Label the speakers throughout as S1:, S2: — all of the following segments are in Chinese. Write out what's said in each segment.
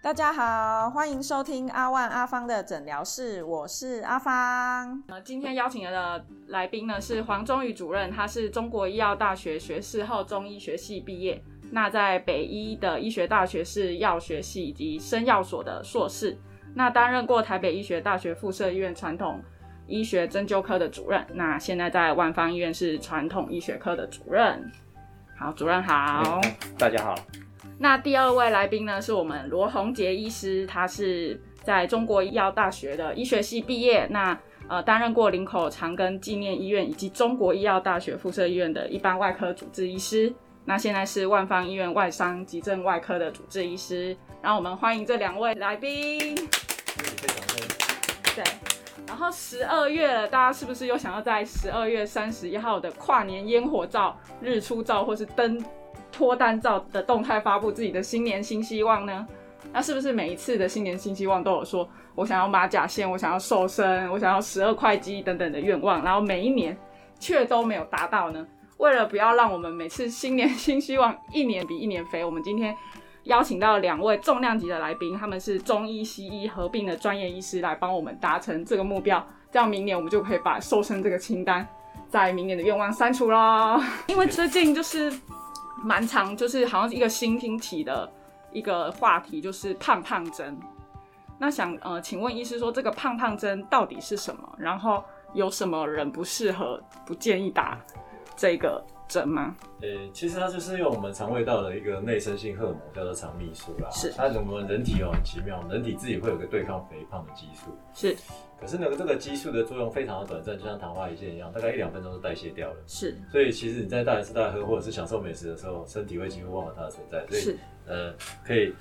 S1: 大家好，欢迎收听阿万阿芳的诊疗室，我是阿芳。
S2: 呃，今天邀请的来宾呢是黄忠宇主任，他是中国医药大学学士后中医学系毕业，那在北医的医学大学是药学系以及生药所的硕士，那担任过台北医学大学附设医院传统医学针灸科的主任，那现在在万方医院是传统医学科的主任。好，主任好。
S3: 嗯大家好，
S2: 那第二位来宾呢，是我们罗宏杰医师，他是在中国医药大学的医学系毕业，那呃担任过林口长庚纪念医院以及中国医药大学附设医院的一般外科主治医师，那现在是万方医院外伤急症外科的主治医师。然后我们欢迎这两位来宾。对，然后十二月了，大家是不是又想要在十二月三十一号的跨年烟火照、日出照或是灯脱单照的动态发布自己的新年新希望呢？那是不是每一次的新年新希望都有说我想要马甲线，我想要瘦身，我想要十二块肌等等的愿望，然后每一年却都没有达到呢？为了不要让我们每次新年新希望一年比一年肥，我们今天邀请到两位重量级的来宾，他们是中医、西医合并的专业医师，来帮我们达成这个目标。这样明年我们就可以把瘦身这个清单在明年的愿望删除啦。因为最近就是蛮长，就是好像是一个新兴起的一个话题，就是胖胖针。那想呃，请问医师说这个胖胖针到底是什么？然后有什么人不适合、不建议打这个针吗？
S3: 呃、其实它就是用我们肠胃道的一个内生性荷尔蒙，叫做肠泌素啦。
S2: 是
S3: 它我们人体哦很奇妙，我们人体自己会有个对抗肥胖的激素，
S2: 是
S3: 可是呢，这个激素的作用非常的短暂，就像昙花一现一样，大概一两分钟就代谢掉了。
S2: 是
S3: 所以其实你在大吃大喝或者是享受美食的时候，身体会几乎忘了它的存在。所以
S2: 是
S3: 呃，可以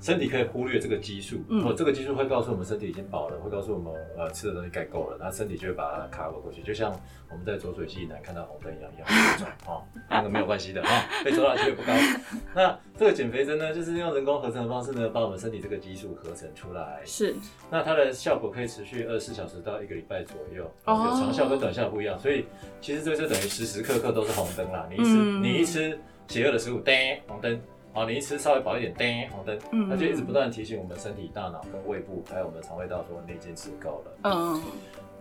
S3: 身体可以忽略这个激素，
S2: 嗯
S3: 哦，这个激素会告诉我们身体已经饱了，会告诉我们呃吃的东西该够了，那身体就会把它 cover 过去，就像我们在浊水溪以南看到红灯一样，一样被抓哦，那个没有关系的啊、哦，被抓到机会不高。那这个减肥针呢，就是用人工合成的方式呢，把我们身体这个激素合成出来，
S2: 是
S3: 那它的效果可以持续二十四小时到一个礼拜左右，
S2: 哦
S3: 有长效跟短效不一样，所以其实这就等于时时刻刻都是红灯啦。你一吃、
S2: 嗯
S3: 你一吃邪恶的食物，叮红灯。啊，你一吃稍微饱一点，叮红灯，
S2: 嗯
S3: 它就一直不断地提醒我们身体、大脑跟胃部，还有我们的肠胃道说你已经吃够了。
S2: 嗯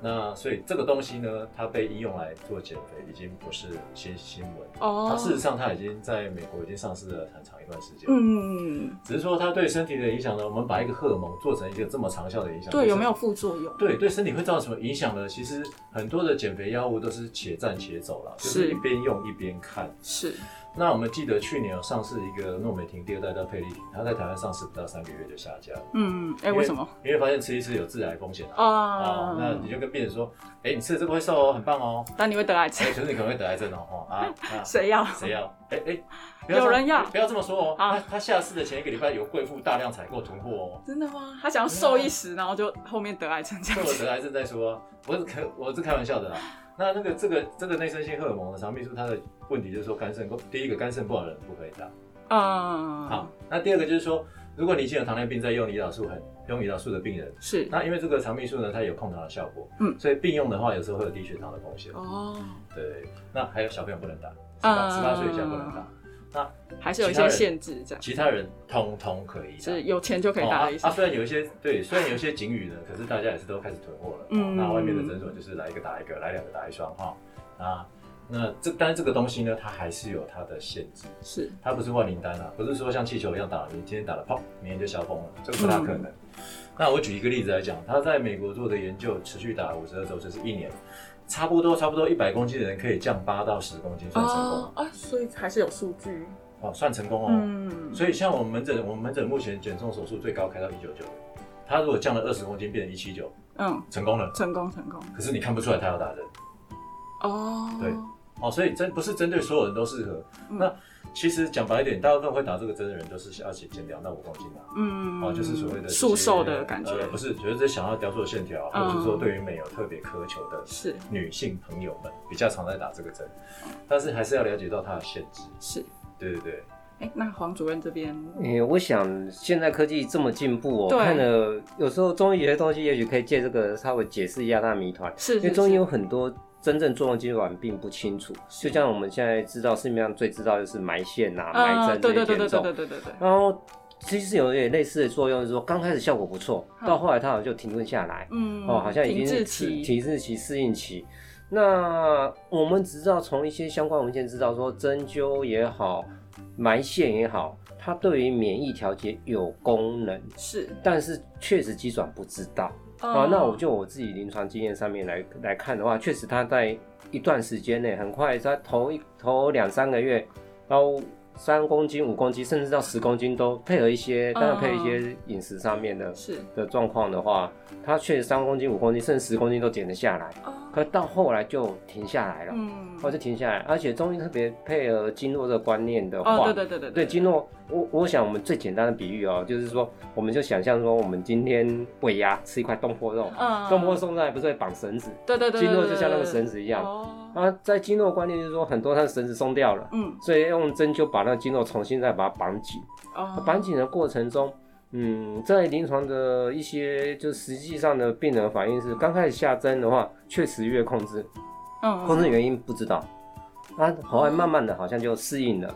S3: 那所以这个东西呢，它被应用来做减肥，已经不是新新闻。它
S2: 哦
S3: 事实上它已经在美国已经上市了很长一段时间。
S2: 嗯，
S3: 只是说它对身体的影响呢，我们把一个荷尔蒙做成一个这么长效的影响，
S2: 对，有没
S3: 有？
S2: 有副作用？
S3: 对对身体会造成什么影响呢？其实很多的减肥药物都是且战且走啦，就是是一边用一边看。
S2: 是
S3: 那我们记得去年有上市一个诺美婷第二代叫佩利婷，它在台湾上市不到三个月就下架了，
S2: 嗯，哎、
S3: 因
S2: 为什么？
S3: 因为发现吃一吃有致癌风险啊。
S2: 啊
S3: 啊，那你就跟病人说，哎、你吃了这个会瘦哦，很棒哦，
S2: 那你会得癌症
S3: 哎、？可是你可能会得癌症哦，哦啊啊，
S2: 谁要？
S3: 谁要？哎、哎、不
S2: 有
S3: 这
S2: 人要
S3: 不要这么说哦。
S2: 好
S3: 他他下市的前一个礼拜有贵妇大量采购囤货哦。
S2: 真的啊吗？他想要瘦一时，然后就后面得癌症这
S3: 这
S2: 样
S3: 我
S2: 子。
S3: 得癌症再说啊，我是开我是开玩笑的啦。那那个这个这个内生性荷尔蒙的肠泌素，它的问题就是说肝肾功，第一个肝肾不好的人不可以打。
S2: 嗯，
S3: 好，，那第二个就是说，如果你已经有糖尿病在用胰岛素很用胰岛素的病人，
S2: 是
S3: 那因为这个肠泌素呢，它有控糖的效果，
S2: 嗯
S3: 所以并用的话，有时候会有低血糖的风险。
S2: 哦，
S3: 对，那还有小朋友不能打，
S2: 嗯
S3: 十八岁以下不能打，
S2: 啊还是有一些限制这样，
S3: 其他人通通可以打。
S2: 就是有钱就可以打
S3: 啊
S2: 的意思
S3: 啊，。虽然有一些对，虽然有一些警语呢，可是大家也是都开始囤货了。
S2: 嗯
S3: 嗯，那外面的诊所就是来一个打一个，来两个打一双哈。啊，那这但是这个东西呢，它还是有它的限制，
S2: 是
S3: 它不是万灵丹啊，不是说像气球一样打了，你今天打了砰，明天就消风了，这个不大可能。
S2: 嗯
S3: 那我举一个例子来讲，他在美国做的研究，持续打五十二周，就是一年，差不多差不多一百公斤的人可以降八到十公斤，算成功
S2: 哦啊，所以还是有数据。
S3: 哦，算成功哦。
S2: 嗯，
S3: 所以像我们门诊，我们门诊目前减重手术最高开到一九九，他如果降了二十公斤变成一七九，
S2: 嗯，
S3: 成功了。
S2: 成功成功。
S3: 可是你看不出来他要打人
S2: 哦，
S3: 对哦，所以针不是针对所有人都适合。
S2: 嗯
S3: 那其实讲白一点，大部分会打这个针的人都是想要减减两到五公斤的、
S2: 嗯，
S3: 哦，就是所谓的
S2: 速
S3: 这些
S2: 瘦的感觉，
S3: 呃不是，就是想要雕塑线条，啊或者
S2: 嗯
S3: 是说对于美有特别苛求的
S2: 是
S3: 女性朋友们，比较常在打这个针，但是还是要了解到它的限制。
S2: 是。
S3: 对对对，
S2: 哎，那黄主任这边，
S4: 诶、我想现在科技这么进步、哦，
S2: 对
S4: 我看了有时候中医学的东西，也许可以借这个稍微解释一下它的谜团，
S2: 是
S4: 因
S2: 是
S4: 为中医
S2: 是
S4: 有很多真正作用机转并不清楚。就像我们现在知道市面上最知道就是埋线呐、啊、埋
S2: 啊，
S4: 针
S2: 对
S4: 这
S2: 对对对
S4: 些减
S2: 对
S4: 重，
S2: 对对对对，
S4: 然后其实有点类似的作用，就是说刚开始效果不错，
S2: 嗯
S4: 到后来它好像就停顿下来，
S2: 嗯，
S4: 哦，好像已经
S2: 停滞
S4: 是
S2: 期，
S4: 停滞期、适应期。那我们只知道从一些相关文献知道说，针灸也好，埋线也好，它对于免疫调节有功能，
S2: 是哦
S4: 但是确实机转不知道。啊，那我就我自己临床经验上面来来看的话，确实他在一段时间内，很快他头一头两三个月，然后三公斤、五公斤，甚至到十公斤都配合一些，当然配合一
S2: 哦
S4: 些饮食上面的
S2: 是
S4: 的状况的话，他确实三公斤、五公斤，甚至十公斤都减得下来，
S2: 哦，
S4: 可到后来就停下来了，
S2: 嗯，
S4: 哦就停下来，而且中医特别配合经络的观念的话，
S2: 哦，对对对对
S4: 对经络，我我想我们最简单的比喻哦，就是说，我们就想象说，我们今天尾牙吃一块东坡肉，
S2: 嗯，
S4: 东坡送上来不是会绑绳子，
S2: 对对对，
S4: 经络就像那个绳子一
S2: 一
S4: 样。
S2: 哦，
S4: 啊，在经络观念就是说，很多它的绳子松掉了，
S2: 嗯，
S4: 所以用针灸把那个经络重新再把它绑紧。
S2: 哦，
S4: 绑紧的过程中，嗯，在临床的一些就实际上的病人反应是，刚开始下针的话，确实越控制，
S2: 嗯，
S4: 控制原因不知道，啊，后来慢慢的好像就适应了，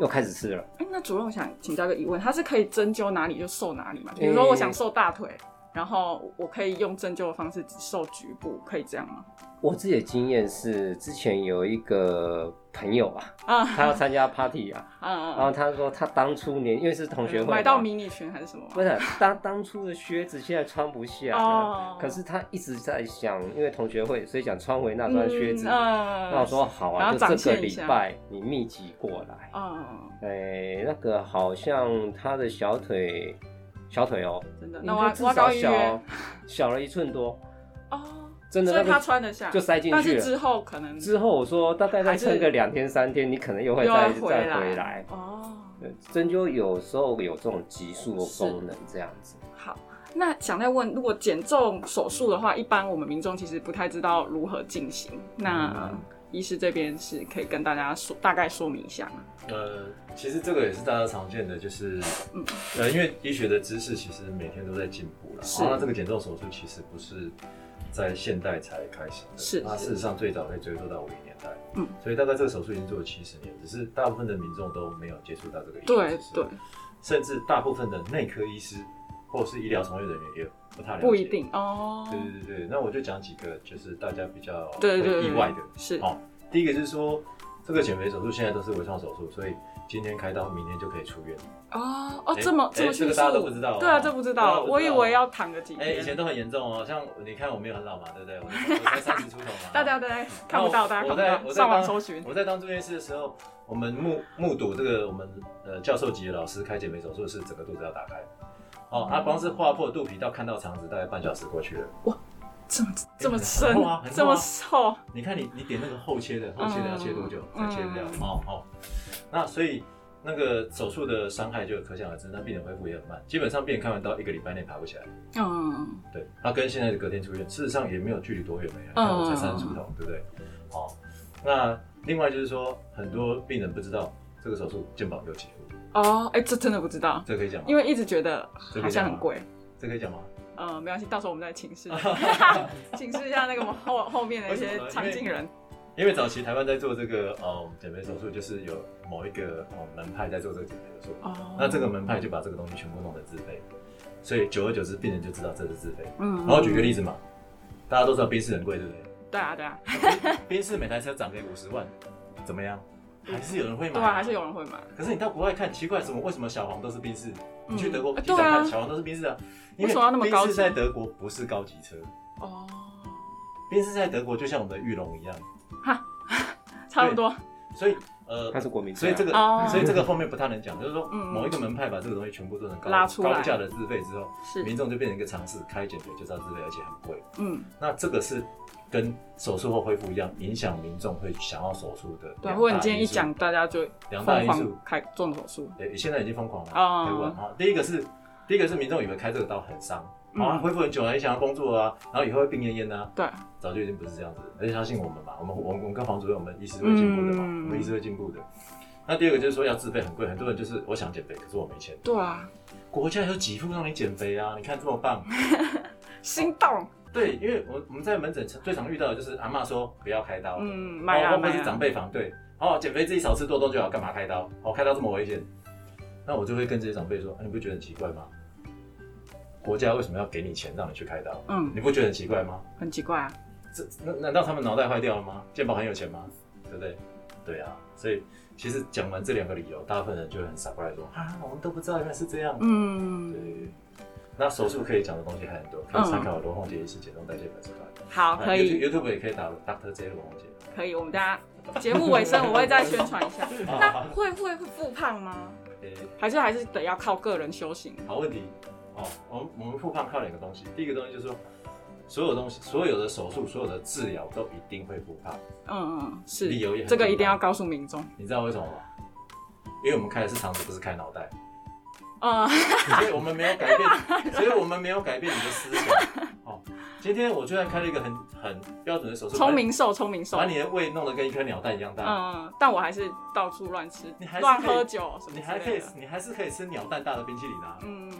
S4: 又开始吃了。
S2: 哎，那主任，我想请教一个疑问，它是可以针灸哪里就瘦哪里吗？比如说，我想瘦大腿，然后我可以用针灸的方式只瘦局部，可以这样吗？
S4: 我自己的经验是，之前有一个朋友啊，
S2: 啊，
S4: 他要参加 party 啊，然
S2: 嗯，
S4: 后他说他当初年因为是同学会嘛，
S2: 买到迷你裙还是什么吗？
S4: 不是当当初的靴子现在穿不下了，
S2: 哦，
S4: 可是他一直在想，因为同学会，所以想穿回那双靴子。
S2: 嗯，
S4: 那我说好
S2: 然
S4: 啊，
S2: 后
S4: 就
S2: 展
S4: 这
S2: 现
S4: 个
S2: 一
S4: 礼
S2: 下
S4: 拜你密集过来。
S2: 嗯，
S4: 哎，那个好像他的小腿，小腿哦，
S2: 真的，
S4: 你
S2: 那
S4: 看
S2: 我
S4: 至
S2: 我
S4: 少
S2: 搞预
S4: 小
S2: 约
S4: 小了一寸多，
S2: 哦，
S4: 真的
S2: 所
S4: 那
S2: 以他
S4: 个
S2: 穿得下，
S4: 就塞进
S2: 但
S4: 去
S2: 是
S4: 了。
S2: 之后可能
S4: 之后我说大概再
S2: 还是
S4: 撑个两天三天，你可能又
S2: 又
S4: 会
S2: 要
S4: 再
S2: 回
S4: 再回来。
S2: 哦。
S4: 对，针灸有时候有这种急速的功能，这样子。
S2: 好，那想再问，如果减重手术的话，一般我们民众其实不太知道如何进行。那
S3: 嗯
S2: 医师这边是可以跟大家说大概说明一下吗？
S3: 呃，其实这个也是大家常见的，就是
S2: 嗯，
S3: 呃，因为医学的知识其实每天都在进步了。
S2: 是
S3: 好那这个减重手术其实不是在现代才开始的，
S2: 是
S3: 那
S2: 是
S3: 事实上最早可以追溯到五零年代，
S2: 嗯，
S3: 所以大概这个手术已经做了七十年，只是大部分的民众都没有接触到这个医学
S2: 对
S3: 知识
S2: 对，
S3: 甚至大部分的内科医师或是医疗从业人员也不太了解。
S2: 不一。定哦。
S3: 对对对对，那我就讲几个就是大家比较
S2: 对对
S3: 会
S2: 对，
S3: 意外的
S2: 是
S3: 哦，第一个就是说，这个减肥手术现在都是微创手术，所以今天开刀，明天就可以出院。
S2: 哦哦，
S3: 哎
S2: 这么
S3: 哎
S2: 这么
S3: 这
S2: 迅
S3: 个
S2: 速
S3: 大家都不知道哦
S2: 对啊，这不知
S3: 大家
S2: 道，
S3: 都不知道
S2: 我以为要躺个几
S3: 哎、以前
S2: 天。。
S3: 都很严重哦，像你看我没有很老嘛，对不对？我我才三十出头 嘛
S2: 大家
S3: 哦
S2: 都在看不到，
S3: 我
S2: 大家
S3: 我
S2: 看
S3: 在
S2: 不
S3: 我
S2: 到，
S3: 在
S2: 上网
S3: 当
S2: 搜寻。
S3: 我在当住院医师的时候，我们目目睹这个我们呃教授级的老师开减肥手术是整个肚子要打开。哦，啊，光是划破肚皮到看到肠子，大概半小时过去了。
S2: 这么这么
S3: 很
S2: 深
S3: 厚啊，很厚啊
S2: 这么瘦，
S3: 你看你你点那个后切的，后切的要切多久才切得了？
S2: 嗯
S3: 哦哦，那所以那个手术的伤害就可想而知，那病人恢复也很慢，基本上病人看完刀一个礼拜内爬不起来。
S2: 嗯，
S3: 对，那跟现在的隔天出院，事实上也没有距离多远了呀，你看我才
S2: 嗯
S3: 三十出头，对不对？哦，那另外就是说，很多病人不知道这个手术健保有几付，
S2: 哦，哎，这真的不知道，
S3: 这个可以讲吗？
S2: 因为一直觉得
S3: 这
S2: 好
S3: 个
S2: 像
S3: 讲吗
S2: 很贵。
S3: 这个可以讲吗？
S2: 呃，没关系，到时候我们再请 示，请示一下那个我们后后面的一些常进人。
S3: 因为早期台湾在做这个呃减肥手术，就是有某一个呃门派在做这个减肥手术，
S2: 哦
S3: 那这个门派就把这个东西全部弄成自费，所以久而久之，病人就知道这是自费。
S2: 嗯
S3: 然后举个例子嘛，大家都知道宾士很贵，对不对？
S2: 对啊，对啊，
S3: 宾士每台车涨个五十万，怎么样？还是有人会买？
S2: 对啊，还是有。人会买。
S3: 可是你到国外看，奇怪，什么为什么小黄都是宾士？你去德国
S2: 嗯
S3: 机场
S2: 对啊
S3: 看，小黄都是宾士啊，因
S2: 为什么要那么高级
S3: 宾士在德国不是高级车，
S2: 哦，
S3: 宾士在德国就像我们的玉龙一样，
S2: 差不多。
S3: 所以呃
S4: 它，是国民啊
S3: 所以这
S4: 个
S3: 个
S2: 哦
S3: 所以这个后面不太能讲，就是说
S2: 嗯
S3: 某一个门派把这个东西全部做成高
S2: 拉出来
S3: 高价的自费之后，
S2: 是，
S3: 民众就变成一个常识，开减肥就是要自费，而且很贵。
S2: 嗯，
S3: 那这个是跟手术后恢复一样，影响民众会想要手术的。
S2: 对啊。如果你今天一讲，，大家就
S3: 两大
S2: 疯
S3: 因素
S2: 狂，开动手术。
S3: 诶、现在已经疯狂了，
S2: 哦
S3: 台湾啊。第一个是，第一个是民众以为开这个刀很伤，
S2: 嗯
S3: 啊，恢复很久啊，也想要工作啊，然后以后会病恹恹啊，
S2: 对，
S3: 早就已经不是这样子了，而且相信我们嘛，我们我们我们跟黄主任，我们医师会进步的嘛，
S2: 嗯
S3: 我们医师会进步的。那第二个就是说要自费很贵，很多人就是我想减肥，可是我没钱，
S2: 对啊，
S3: 国家有几副让你减肥啊，你看这么棒，
S2: 心动。
S3: 对，因为我我们在门诊最常遇到的就是阿嬷说不要开刀，
S2: 嗯，买
S3: 然
S2: 啊
S3: 后或
S2: 买
S3: 哦是长
S2: 啊。
S3: 辈反对，哦，减肥自己少吃多动就好，干嘛开刀？哦，开刀这么危险。那我就会跟这些长辈说、啊，你不觉得很奇怪吗？国家为什么要给你钱让你去开刀？
S2: 嗯，
S3: 你不觉得很奇怪吗？
S2: 很奇怪啊。
S3: 这难难道他们脑袋坏掉了吗？健保很有钱吗？对不对？对啊，所以其实讲完这两个理由，大部分人就会很 surprise 说啊，我们都不知道原来是这样。
S2: 嗯，
S3: 对，那手术可以讲的东西还很多，可以参考罗红杰医师减重代谢粉丝团。
S2: 好，
S3: 那
S2: 啊可以，
S3: YouTube- YouTube 啊也可以打 Doctor J 罗红杰。
S2: 可以，我们大家节目尾声 我会再宣传一下。
S3: 哦
S2: 那会会会复胖吗？
S3: 诶、
S2: 还是还是得要靠个人修行？
S3: 好问题哦，我们我们复胖靠两个东西，第一个东西就是说，所有东西、所有的手术、所有的治疗都一定会复胖，
S2: 嗯嗯，是
S3: 理由也很
S2: 这个一定要
S3: 简单，
S2: 告诉民众。
S3: 你知道为什么吗？因为我们开的是肠子，不是开脑 袋，
S2: 嗯，
S3: 所以我们没有改变，所以我们没有改变你的思想。哦，今天我居然开了一个很很标准的手术，
S2: 聪明瘦，聪明瘦
S3: 把，你，把你的胃弄得跟一颗鸟蛋一样
S2: 嗯
S3: 大，
S2: 嗯，但我还是到处乱吃
S3: 你还、是
S2: 乱
S3: 可以
S2: 喝酒什么
S3: 你
S2: 之
S3: 还可
S2: 类
S3: 以
S2: 的。，
S3: 你还是可以吃鸟蛋大的冰淇淋啊，
S2: 嗯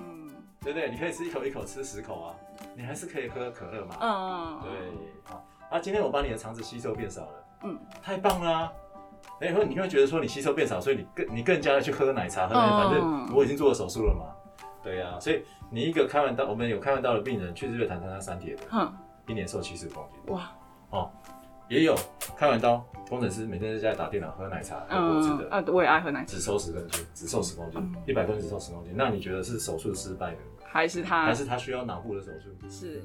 S3: 对不对？你可以吃一口一口吃十口啊，你还是可以喝可乐嘛。
S2: 嗯嗯，
S3: 对，好，啊，今天我把你的肠子吸收变少了，
S2: 嗯，
S3: 太棒啦、啊！然后你会觉得说你吸收变少，所以你更你更加的去喝奶茶，喝奶茶，反
S2: 嗯
S3: 正我已经做了手术了嘛。对呀、啊，所以你一个开完刀，我们有开完刀的病人去日月潭参加三铁的，
S2: 哼，
S3: 一年瘦七十公斤，
S2: 哇，
S3: 也有开完刀工程师每天在家里打电脑喝奶茶喝果汁
S2: 嗯
S3: 的，
S2: 啊，我也爱喝奶茶，
S3: 只瘦十公斤，只瘦十公斤
S2: 嗯，
S3: 一百公斤只瘦十公斤，那你觉得是手术失败呢，
S2: 还是他
S3: 还是他需要脑部的手术？
S2: 是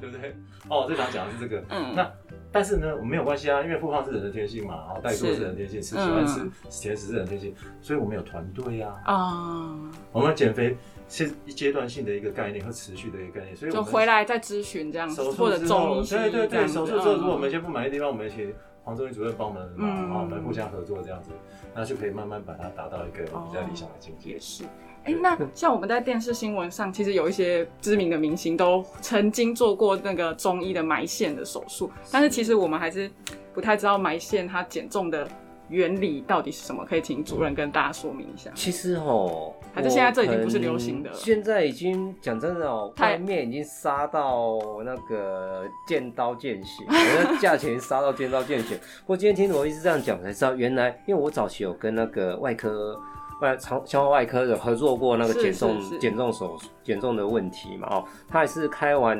S3: 对不对？哦，最常讲的是这个。
S2: 嗯
S3: 那但是呢，我没有关系啊，因为复胖是人的天性嘛，然后怠惰
S2: 是
S3: 是人的天性，吃喜
S2: 嗯
S3: 欢吃甜食是人的天性，所以我们有团队呀、
S2: 啊，
S3: 我们减肥是一阶段性的一个概念和持续的一个概念，所以我
S2: 就
S3: 们
S2: 回来再咨询这样子，
S3: 手
S2: 或
S3: 术
S2: 者
S3: 之
S2: 中
S3: 后，
S2: 医西
S3: 对对
S2: 这样
S3: 对，
S2: 子
S3: 手术之后，
S2: 嗯
S3: 如果我们有一些不满意的地方，我们请黄中医主任帮我们忙，
S2: 嗯
S3: 然后我们互相合作这样子，那就可以慢慢把它达到一个
S2: 哦
S3: 比较理想的境界
S2: 也。是。哎、那像我们在电视新闻上，其实有一些知名的明星都曾经做过那个中医的埋线的手术，但是其实我们还是不太知道埋线它减重的原理到底是什么，可以请主任跟大家说明一下。
S4: 其实哦，
S2: 还是现在这已经不是流行的了
S4: 我可能现在已经讲真的哦，
S2: 太
S4: 外面已经杀到那个见刀见 血，那价钱杀到见刀见血。不过今天听罗医师这样讲才知道，原来因为我早期有跟那个外科。外肠消化外科有合作过那个
S2: 是
S4: 减重
S2: 是是
S4: 减重手术减重的问题嘛？哦，他也是开完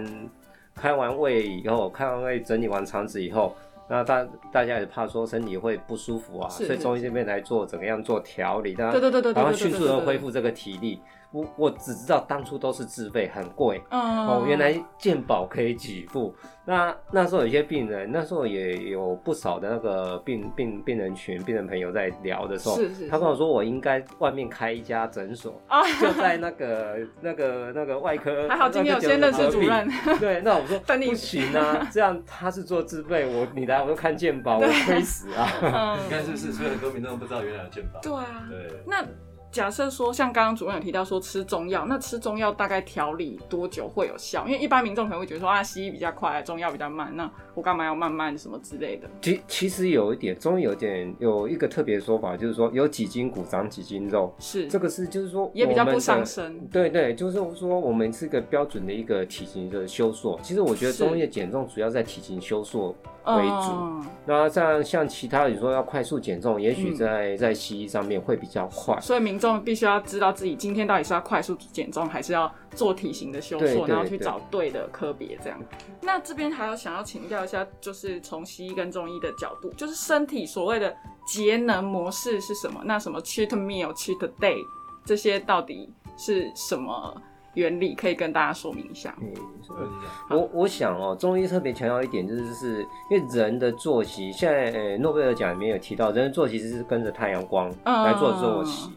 S4: 开完胃以后，开完胃整理完肠子以后，那大大家也怕说身体会不舒服啊，
S2: 是
S4: 所以
S2: 是
S4: 中医这边来做怎么样做调理，
S3: 啊
S4: 让
S2: 对对对对对
S4: 然后
S2: 对对
S4: 迅速
S2: 对
S4: 的
S2: 对
S4: 恢复这个体力。我我只知道当初都是自费，很贵。
S2: 嗯
S4: 哦，原来健保可以给付。那那时候有些病人，那时候也有不少的那个病病病人群、病人朋友在聊的时
S3: 哦
S4: 候，
S2: 是是
S4: 他跟我说我应该外面开一家诊所，
S2: 啊，
S4: 就在那个那个那个外科。
S2: 还好今天有先认识主任。
S4: 对，那我说
S2: 等你
S4: 不行啊，这样他是做自费，我你来我就看 健
S3: 哦
S4: 保，我亏死啊。
S2: 嗯，
S3: 你看是不是？所以很多民众不知道原来有健保。
S2: 对啊。
S3: 对，
S2: 那假设说，像刚刚主任有提到说吃中药，那吃中药大概调理多久会有效？因为一般民众可能会觉得说啊，西医比较快，中药比较慢，那我干嘛要慢慢什么之类的？
S4: 其其实有一点，中医有一点有一个特别说法，就是说有几斤骨长几斤肉，
S2: 是
S4: 这个是就是说
S2: 也比较
S4: 我们
S2: 不
S4: 的
S2: 伤。身。
S4: 对对，就是说我们是一个标准的一个体型的修缩。其实我觉得
S2: 是
S4: 中医的减重主要在体型修缩为主。
S2: 嗯，
S4: 那像像其他你说要快速减重，也许
S2: 嗯
S4: 在、在西医上面会比较快。
S2: 所以民众必须要知道自己今天到底是要快速减重，还是要做体型的修
S4: 对
S2: 缩，
S4: 对
S2: 然后去
S4: 对
S2: 找对的科别这样。那这边还有想要请教一下，就是从西医跟中医的角度，就是身体所谓的节能模式是什么？那什么 cheat meal、cheat day 这些到底是什么原理？可以跟大家说明一下。
S4: 嗯，
S3: 所以你讲
S4: 我我想哦，中医特别强调一点，就是就是因为人的作息，现在呃诺贝尔奖里面有提到，人的作息是跟着太阳光
S2: 嗯
S4: 来做作息，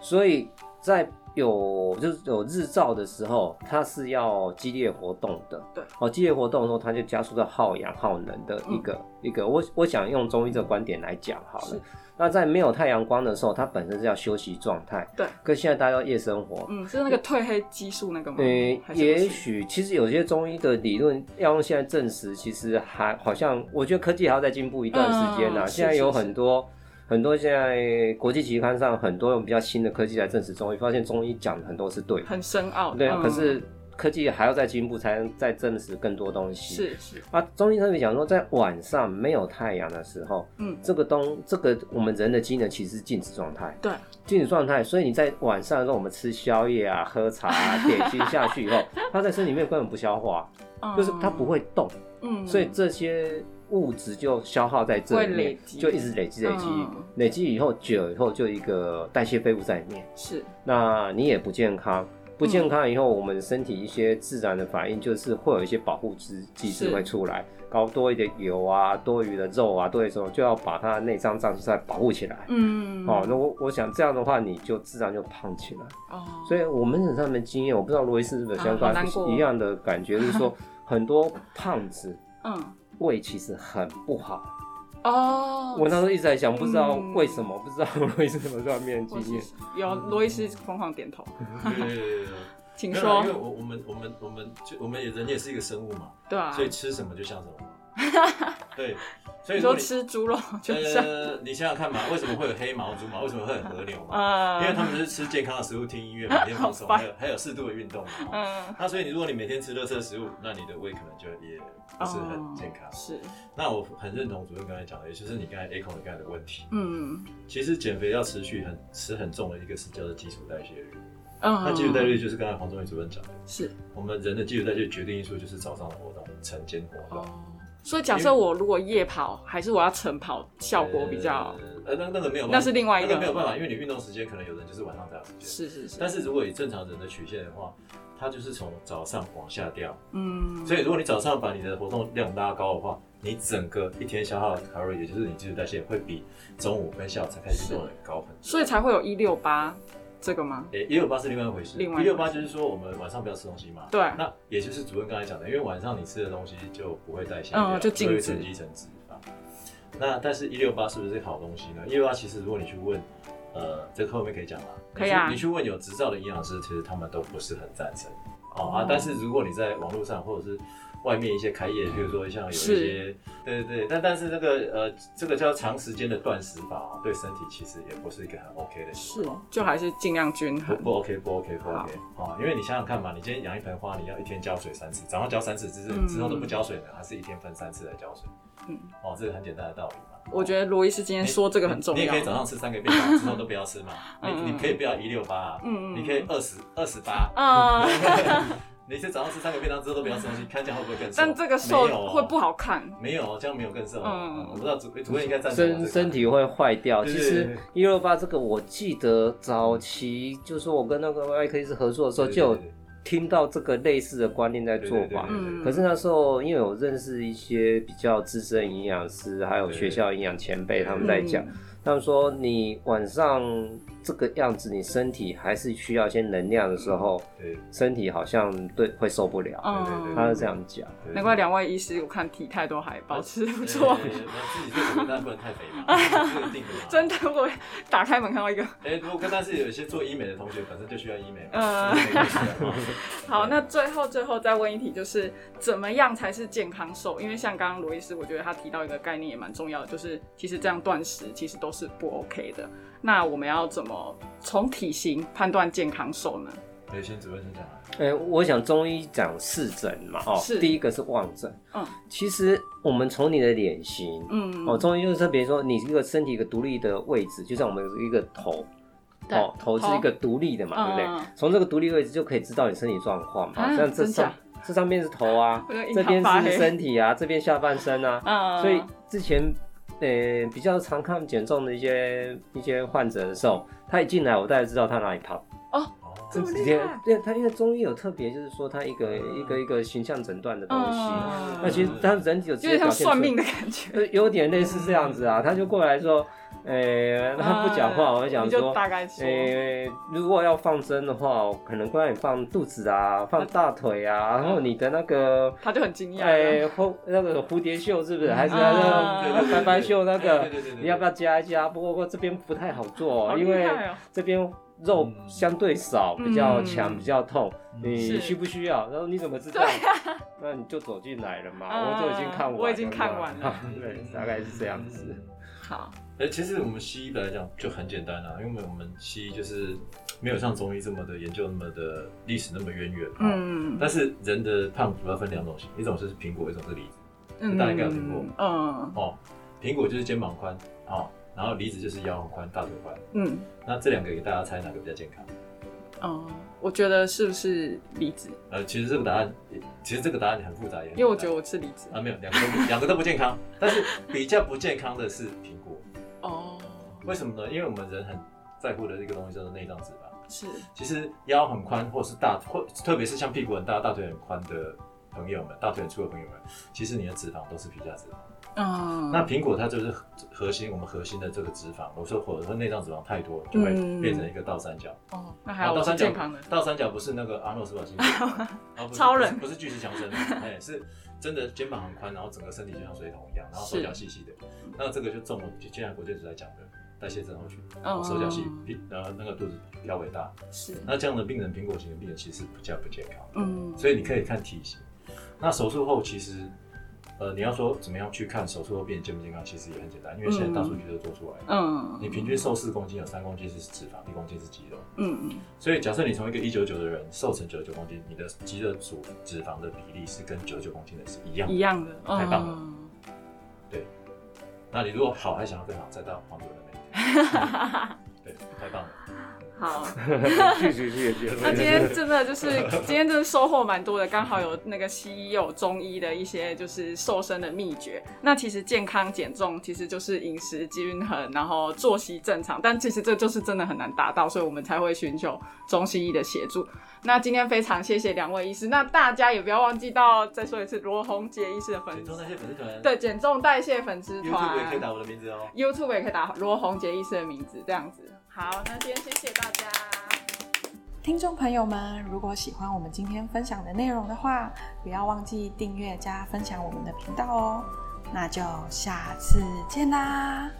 S4: 所以在有就是有日照的时候，它是要激烈活动的。
S2: 对，
S4: 哦，激烈活动的时候，它就加速到耗氧耗能的一个、一个。我我想用中医这个观点来讲好
S2: 嗯是
S4: 了。那在没有太阳光的时候，它本身是要休息状态。
S2: 对，
S4: 跟现在大家要夜生活，
S2: 嗯，是那个褪黑激素那个吗？哦还是
S4: 呃，
S2: 不
S4: 也
S2: 是
S4: 许其实有些中医的理论要用现在证实，其实还好像我觉得科技还要再进步一段时间呐、啊
S2: 嗯是
S4: 现在有
S2: 是是
S4: 很多很多现在国际期刊上很多用比较新的科技来证实中医，发现中医讲的很多是对的，
S2: 很深奥的。
S4: 对啊。
S2: 嗯
S4: 可是科技还要再进步，才能再证实更多东西。
S2: 是是，
S4: 啊，中医特别讲说，在晚上没有太阳的时候，
S2: 嗯，
S4: 这个东这个我们人的机能其实是静止状态，
S2: 对，
S4: 静止状态，所以你在晚上让我们吃宵夜啊、喝茶啊、点心下去 以后，它在身体里面根本不消化，就是它不会动，
S2: 嗯，哦嗯，
S4: 所以这些物质就消耗在这
S2: 会
S4: 里
S2: 累
S4: 面，
S2: 积
S4: 就一直累积累积，
S2: 嗯
S4: 累积以后久了以后就一个代谢废物在里面，
S2: 是
S4: 那你也不健康。不健
S2: 嗯
S4: 康以后，我们身体一些自然的反应就是会有一些保护机机制
S2: 是
S4: 会出来，搞多一点油啊、多余的肉啊、多余的什么，就要把它内脏脏器再保护起来。
S2: 嗯，
S4: 哦，那我我想这样的话，你就自然就胖起来。
S2: 哦，
S4: 所以我们诊上面经验，我不知道罗伊斯是不是有相
S2: 啊好
S4: 关、
S2: 难过
S4: 一样的感觉，就是 说很多胖子
S2: 嗯，
S4: 胃其实很不好。
S2: 哦，
S4: 我那时候一直在想，不知道
S2: 嗯
S4: 为什么，不知道罗伊斯什么时候面
S2: 我
S4: 经
S2: 是
S4: 验。
S2: 有罗医师疯狂点头，
S3: 对对对对对
S2: 请
S3: 没有啦因为
S2: 说，
S3: 我我们我们我们就我们也人也是一个生物嘛，
S2: 对啊
S3: 所，以吃什么就像什么。 对，所以
S2: 你
S3: 如
S2: 说
S3: 果你
S2: 吃猪肉就像
S3: 呃，你想想看嘛，为什么会有黑毛猪嘛？为什么会有河流嘛？因为
S2: 呃，
S3: 他们就是吃健康的食物、听音乐、每 天放松，
S2: 好烦
S3: 还有还有适度的运动嘛。哦
S2: 嗯，
S3: 那所以你如果你每天吃垃圾食物，那你的胃可能就也不是很健康。
S2: 是，那
S3: 那我很认同主任刚才讲的，也就是你刚才 echo 你刚才的问题。
S2: 嗯
S3: 其实减肥要持续很吃很重的一个是叫做基础代谢率。
S2: 嗯，
S3: 那基础代谢率就是刚才黄宗伟主任讲的，
S2: 是
S3: 我们人的基础代谢决定因素就是早上的活动、晨间活动。
S2: 哦。所以假设我如果夜跑，还是我要晨跑，效果比较
S3: 呃，那那个没有办法，
S2: 那是另外一个
S3: 那个没有办法，因为你运动时间可能有人就是晚上才有时间。
S2: 是是是，
S3: 但是如果以正常人的曲线的话，它就是从早上往下掉。
S2: 嗯，
S3: 所以如果你早上把你的活动量拉高的话，你整个一天消耗的卡路里，也就是你基础代谢，会比中午跟下午才开始运动的人高很多。
S2: 所以才会有一六八这个吗？
S3: 诶，一六八是另外一回事。
S2: 嗯另外一
S3: 一
S2: 回事
S3: 六八就是说我们晚上不要吃东西嘛。
S2: 对
S3: 那也就是主任刚才讲的，因为晚上你吃的东西就不会代谢
S2: 嗯
S3: 掉，
S2: 就禁
S3: 会
S2: 止
S3: 沉积成脂肪。那但是，一六八是不是好东西呢？一六八其实如果你去问，呃，这个后面可以讲吗？
S2: 可以啊
S3: 你去你去问有执照的营养师，其实他们都不是很赞成。
S2: 哦
S3: 哦啊，但是如果你在网络上或者是外面一些开业，比如说像有一些
S2: 是，
S3: 对对对，但但是这个呃，这个叫长时间的断食法、啊，对身体其实也不是哦一个很 OK 的情
S2: 是
S3: 况。，
S2: 就还是尽量均
S3: 不
S2: 衡。
S3: 不 OK 不 OK 不 OK 哦，因为你想想看嘛，你今天养一盆花，你要一天浇水三次，早上浇三次，之
S2: 嗯
S3: 之后都不浇水呢，还是一天分三次来浇水？
S2: 嗯
S3: 哦，这个很简单的道理嘛。
S2: 我觉得罗医师今天
S3: 你
S2: 说这个很重
S3: 你也
S2: 要
S3: 可以。早上吃三个便当，之后都不要吃嘛。你你可以不要一六八，
S2: 嗯嗯
S3: 你可以二十二十八。
S2: 啊，
S3: 你是早上吃三个便当之后都不要吃东西，看这样会不会更瘦？
S2: 但这个
S3: 没有
S2: 瘦
S3: 哦
S2: 会不好看。
S3: 没有哦，这样没有更瘦哦。
S2: 嗯
S3: 嗯我不知道主主任应该赞成我这
S4: 身
S3: 个
S4: 身体会坏掉。
S3: 对
S4: 其
S3: 对
S4: 实
S3: 对
S4: 一六八这个，我记得早期就是我跟那个外科医师合作的时候，
S3: 对
S4: 就有
S3: 对对
S4: 听到这个类似的观念在
S3: 对
S4: 做
S3: 对对
S4: 法。
S3: 对对
S2: 嗯
S4: 可是那时候，因为我认识一些比较资深营养师，还有
S3: 对
S4: 学校营养前辈，他们在讲
S2: 嗯，
S4: 他们说你晚上这个样子，你身体还是需要一些能量的时候，
S3: 对对
S4: 身体好像对会受不了。
S3: 对对
S2: 嗯
S4: 他是，这样讲，
S3: 对
S2: 难怪两位医师我看体态都还保持不错
S3: 呃。自己做准备，但不能太肥嘛，这个一定的嘛。
S2: 真的，我打开门看到一个。
S3: 哎、如果跟但是有一些做医美的同学本身就需要医美
S2: 嗯
S3: 嘛，医美就需要嘛
S2: 好，那最后最后再问一题，就是怎么样才是健康瘦？因为像刚刚罗医师，我觉得他提到一个概念也蛮重要的，就是其实这样断食其实都是不 OK 的。那我们要怎么从体型判断健康瘦呢？
S3: 对，先主任先讲啊。
S4: 哎、我想中医讲四诊嘛，哦
S2: 是，
S4: 第一个是望诊。
S2: 嗯，
S4: 其实我们从你的脸型，
S2: 嗯，
S4: 哦，中医就是特别说你一个身体一个独立的位置，就像我们有一个头，
S2: 对
S4: 哦，头是一个独立的嘛，
S2: 嗯
S4: 对不对？从这个独立位置就可以知道你身体状况嘛，
S2: 啊
S4: 像这
S2: 真假
S4: 上这上面是头啊
S2: 我的，
S4: 这
S2: 印
S4: 边
S2: 堂发
S4: 是
S2: 黑
S4: 身体啊，这边下半身 啊，
S2: 嗯
S4: 所以之前。呃，比较常看减重的一些一些患者的时候，他一进来，我大概知道他哪里胖。
S3: 哦，
S2: 这么
S4: 直
S2: 厉
S4: 接
S2: 害，
S4: 对他因为中医有特别，就是说他一个一个一个形象诊断的东西。
S2: 嗯
S4: 哦那其实他人体有直
S2: 有
S4: 接
S2: 点
S4: 表
S2: 像
S4: 现
S2: 算
S4: 出
S2: 命的感觉。
S4: 呃有点类似这样子啊，他就过来说，呃，他 不讲
S2: 嗯
S4: 话，我就想
S2: 你就
S4: 说，
S2: 大概说，
S4: 呃，如果要放针的话，我可能会让你放肚子啊，放大腿啊，然后你的那个。
S2: 他就很惊讶。
S4: 哎，蝴那个蝴蝶袖是不是？还是那
S2: 啊
S4: 个
S3: 对对对对
S4: 翻翻袖那个
S3: 哎对对对对？对
S4: 你要不要加一加？不过这边不太好做
S2: 好，
S4: 因
S2: 厉
S4: 为
S2: 害哦
S4: 这边肉
S3: 嗯
S4: 相对少，比较强，
S2: 嗯
S4: 比较痛，你
S2: 是
S4: 需不需要？然后你怎么知道？ 那你就走进来了嘛，
S2: 啊
S4: 我都已经看完了嘛，
S2: 我已经看完了
S4: 对，大概是这 样子。
S3: 嗯。
S2: 好，
S3: 啊哎、其实我们西医来讲就很简单啦、因为我们西医就是没有像中医这么的研究那么的历史那么渊源。嗯，
S2: 嗯
S3: 但是人的胖主要分两种型，一种是苹果，一种是梨子。
S2: 嗯，
S3: 大家应该有听过
S2: 嗯
S3: 哦，苹果就是肩膀宽哦，然后梨子就是腰很宽、大腿宽。
S2: 嗯
S3: 那这两个给大家猜哪个比较健康？
S2: 哦，我觉得是不是梨子？
S3: 呃，其实这个答案，其实这个答案很复杂，也很
S2: 因为我觉得
S3: 得
S2: 我吃梨子。
S3: 啊没有，两个都不两个都不健康，但是比较不健康的是苹果。
S2: 哦，
S3: 为什么呢？因为我们人很在乎的这个东西叫做内脏脂肪。
S2: 是，
S3: 其实腰很宽，或者是大，或特别是像屁股很大、大腿很宽的朋友们，大腿很粗的朋友们，其实你的脂肪都是皮下脂肪。
S2: 嗯，
S3: 那苹果它就是核核心，我们核心的这个脂肪，我说或者说内脏脂肪太多，就会
S2: 嗯
S3: 变成一个倒三角。
S2: 哦，那还
S3: 然
S2: 有我是
S3: 后倒三角
S2: 健康的，
S3: 倒三角不是那个阿诺斯 瓦辛格，哦然后不是
S2: 超人
S3: 不是不是巨石强森， 哎，是真的肩膀很宽，然后整个身体就像水桶一样，然后手
S2: 是
S3: 脚细细的。那这个就中了，就现在国健署在讲的代谢症候群，哦
S2: 嗯
S3: 手脚细，屁然后那个肚子腰围大，
S2: 是，
S3: 那这样的病人，苹果型的病人其实比较不健康，
S2: 嗯，
S3: 所以你可以看体型。那手术后其实，呃，你要说怎么样去看手术后病人健不健康，其实也很简单，因为现在大数据都做出来了。
S2: 嗯，
S3: 你平均瘦四公斤，有三公斤是脂肪，一公斤是肌肉。
S2: 嗯嗯
S3: 所以假设你从一个一九九的人瘦成九十九公斤，你的肌肉组脂肪的比例是跟九十九公斤的是一样的
S2: 一。样的，
S3: 太棒了
S2: 嗯
S3: 那你如果好还想要更好，再到黄主任 那一天。嗯对，太棒了。
S2: 好，
S4: 去去去去。
S2: 那今天真的就是今天真的收获蛮多的，刚好有那个西医有中医的一些就是瘦身的秘诀。那其实健康减重其实就是饮食均衡，然后作息正常，但其实这就是真的很难达到，所以我们才会寻求中西医的协助。那今天非常谢谢两位医师，那大家也不要忘记到再说一次罗红杰医师的粉
S3: 减重
S2: 丝
S3: 那些粉丝团，
S2: 对减重代谢粉丝
S3: ，YouTube 也
S2: 团
S3: 可以打我的名字哦。
S2: ，YouTube 也可以打罗红杰医师的名字这样子。好，那今天谢谢大家。
S1: 听众朋友们，如果喜欢我们今天分享的内容的话，不要忘记订阅加分享我们的频道哦。那就下次见啦，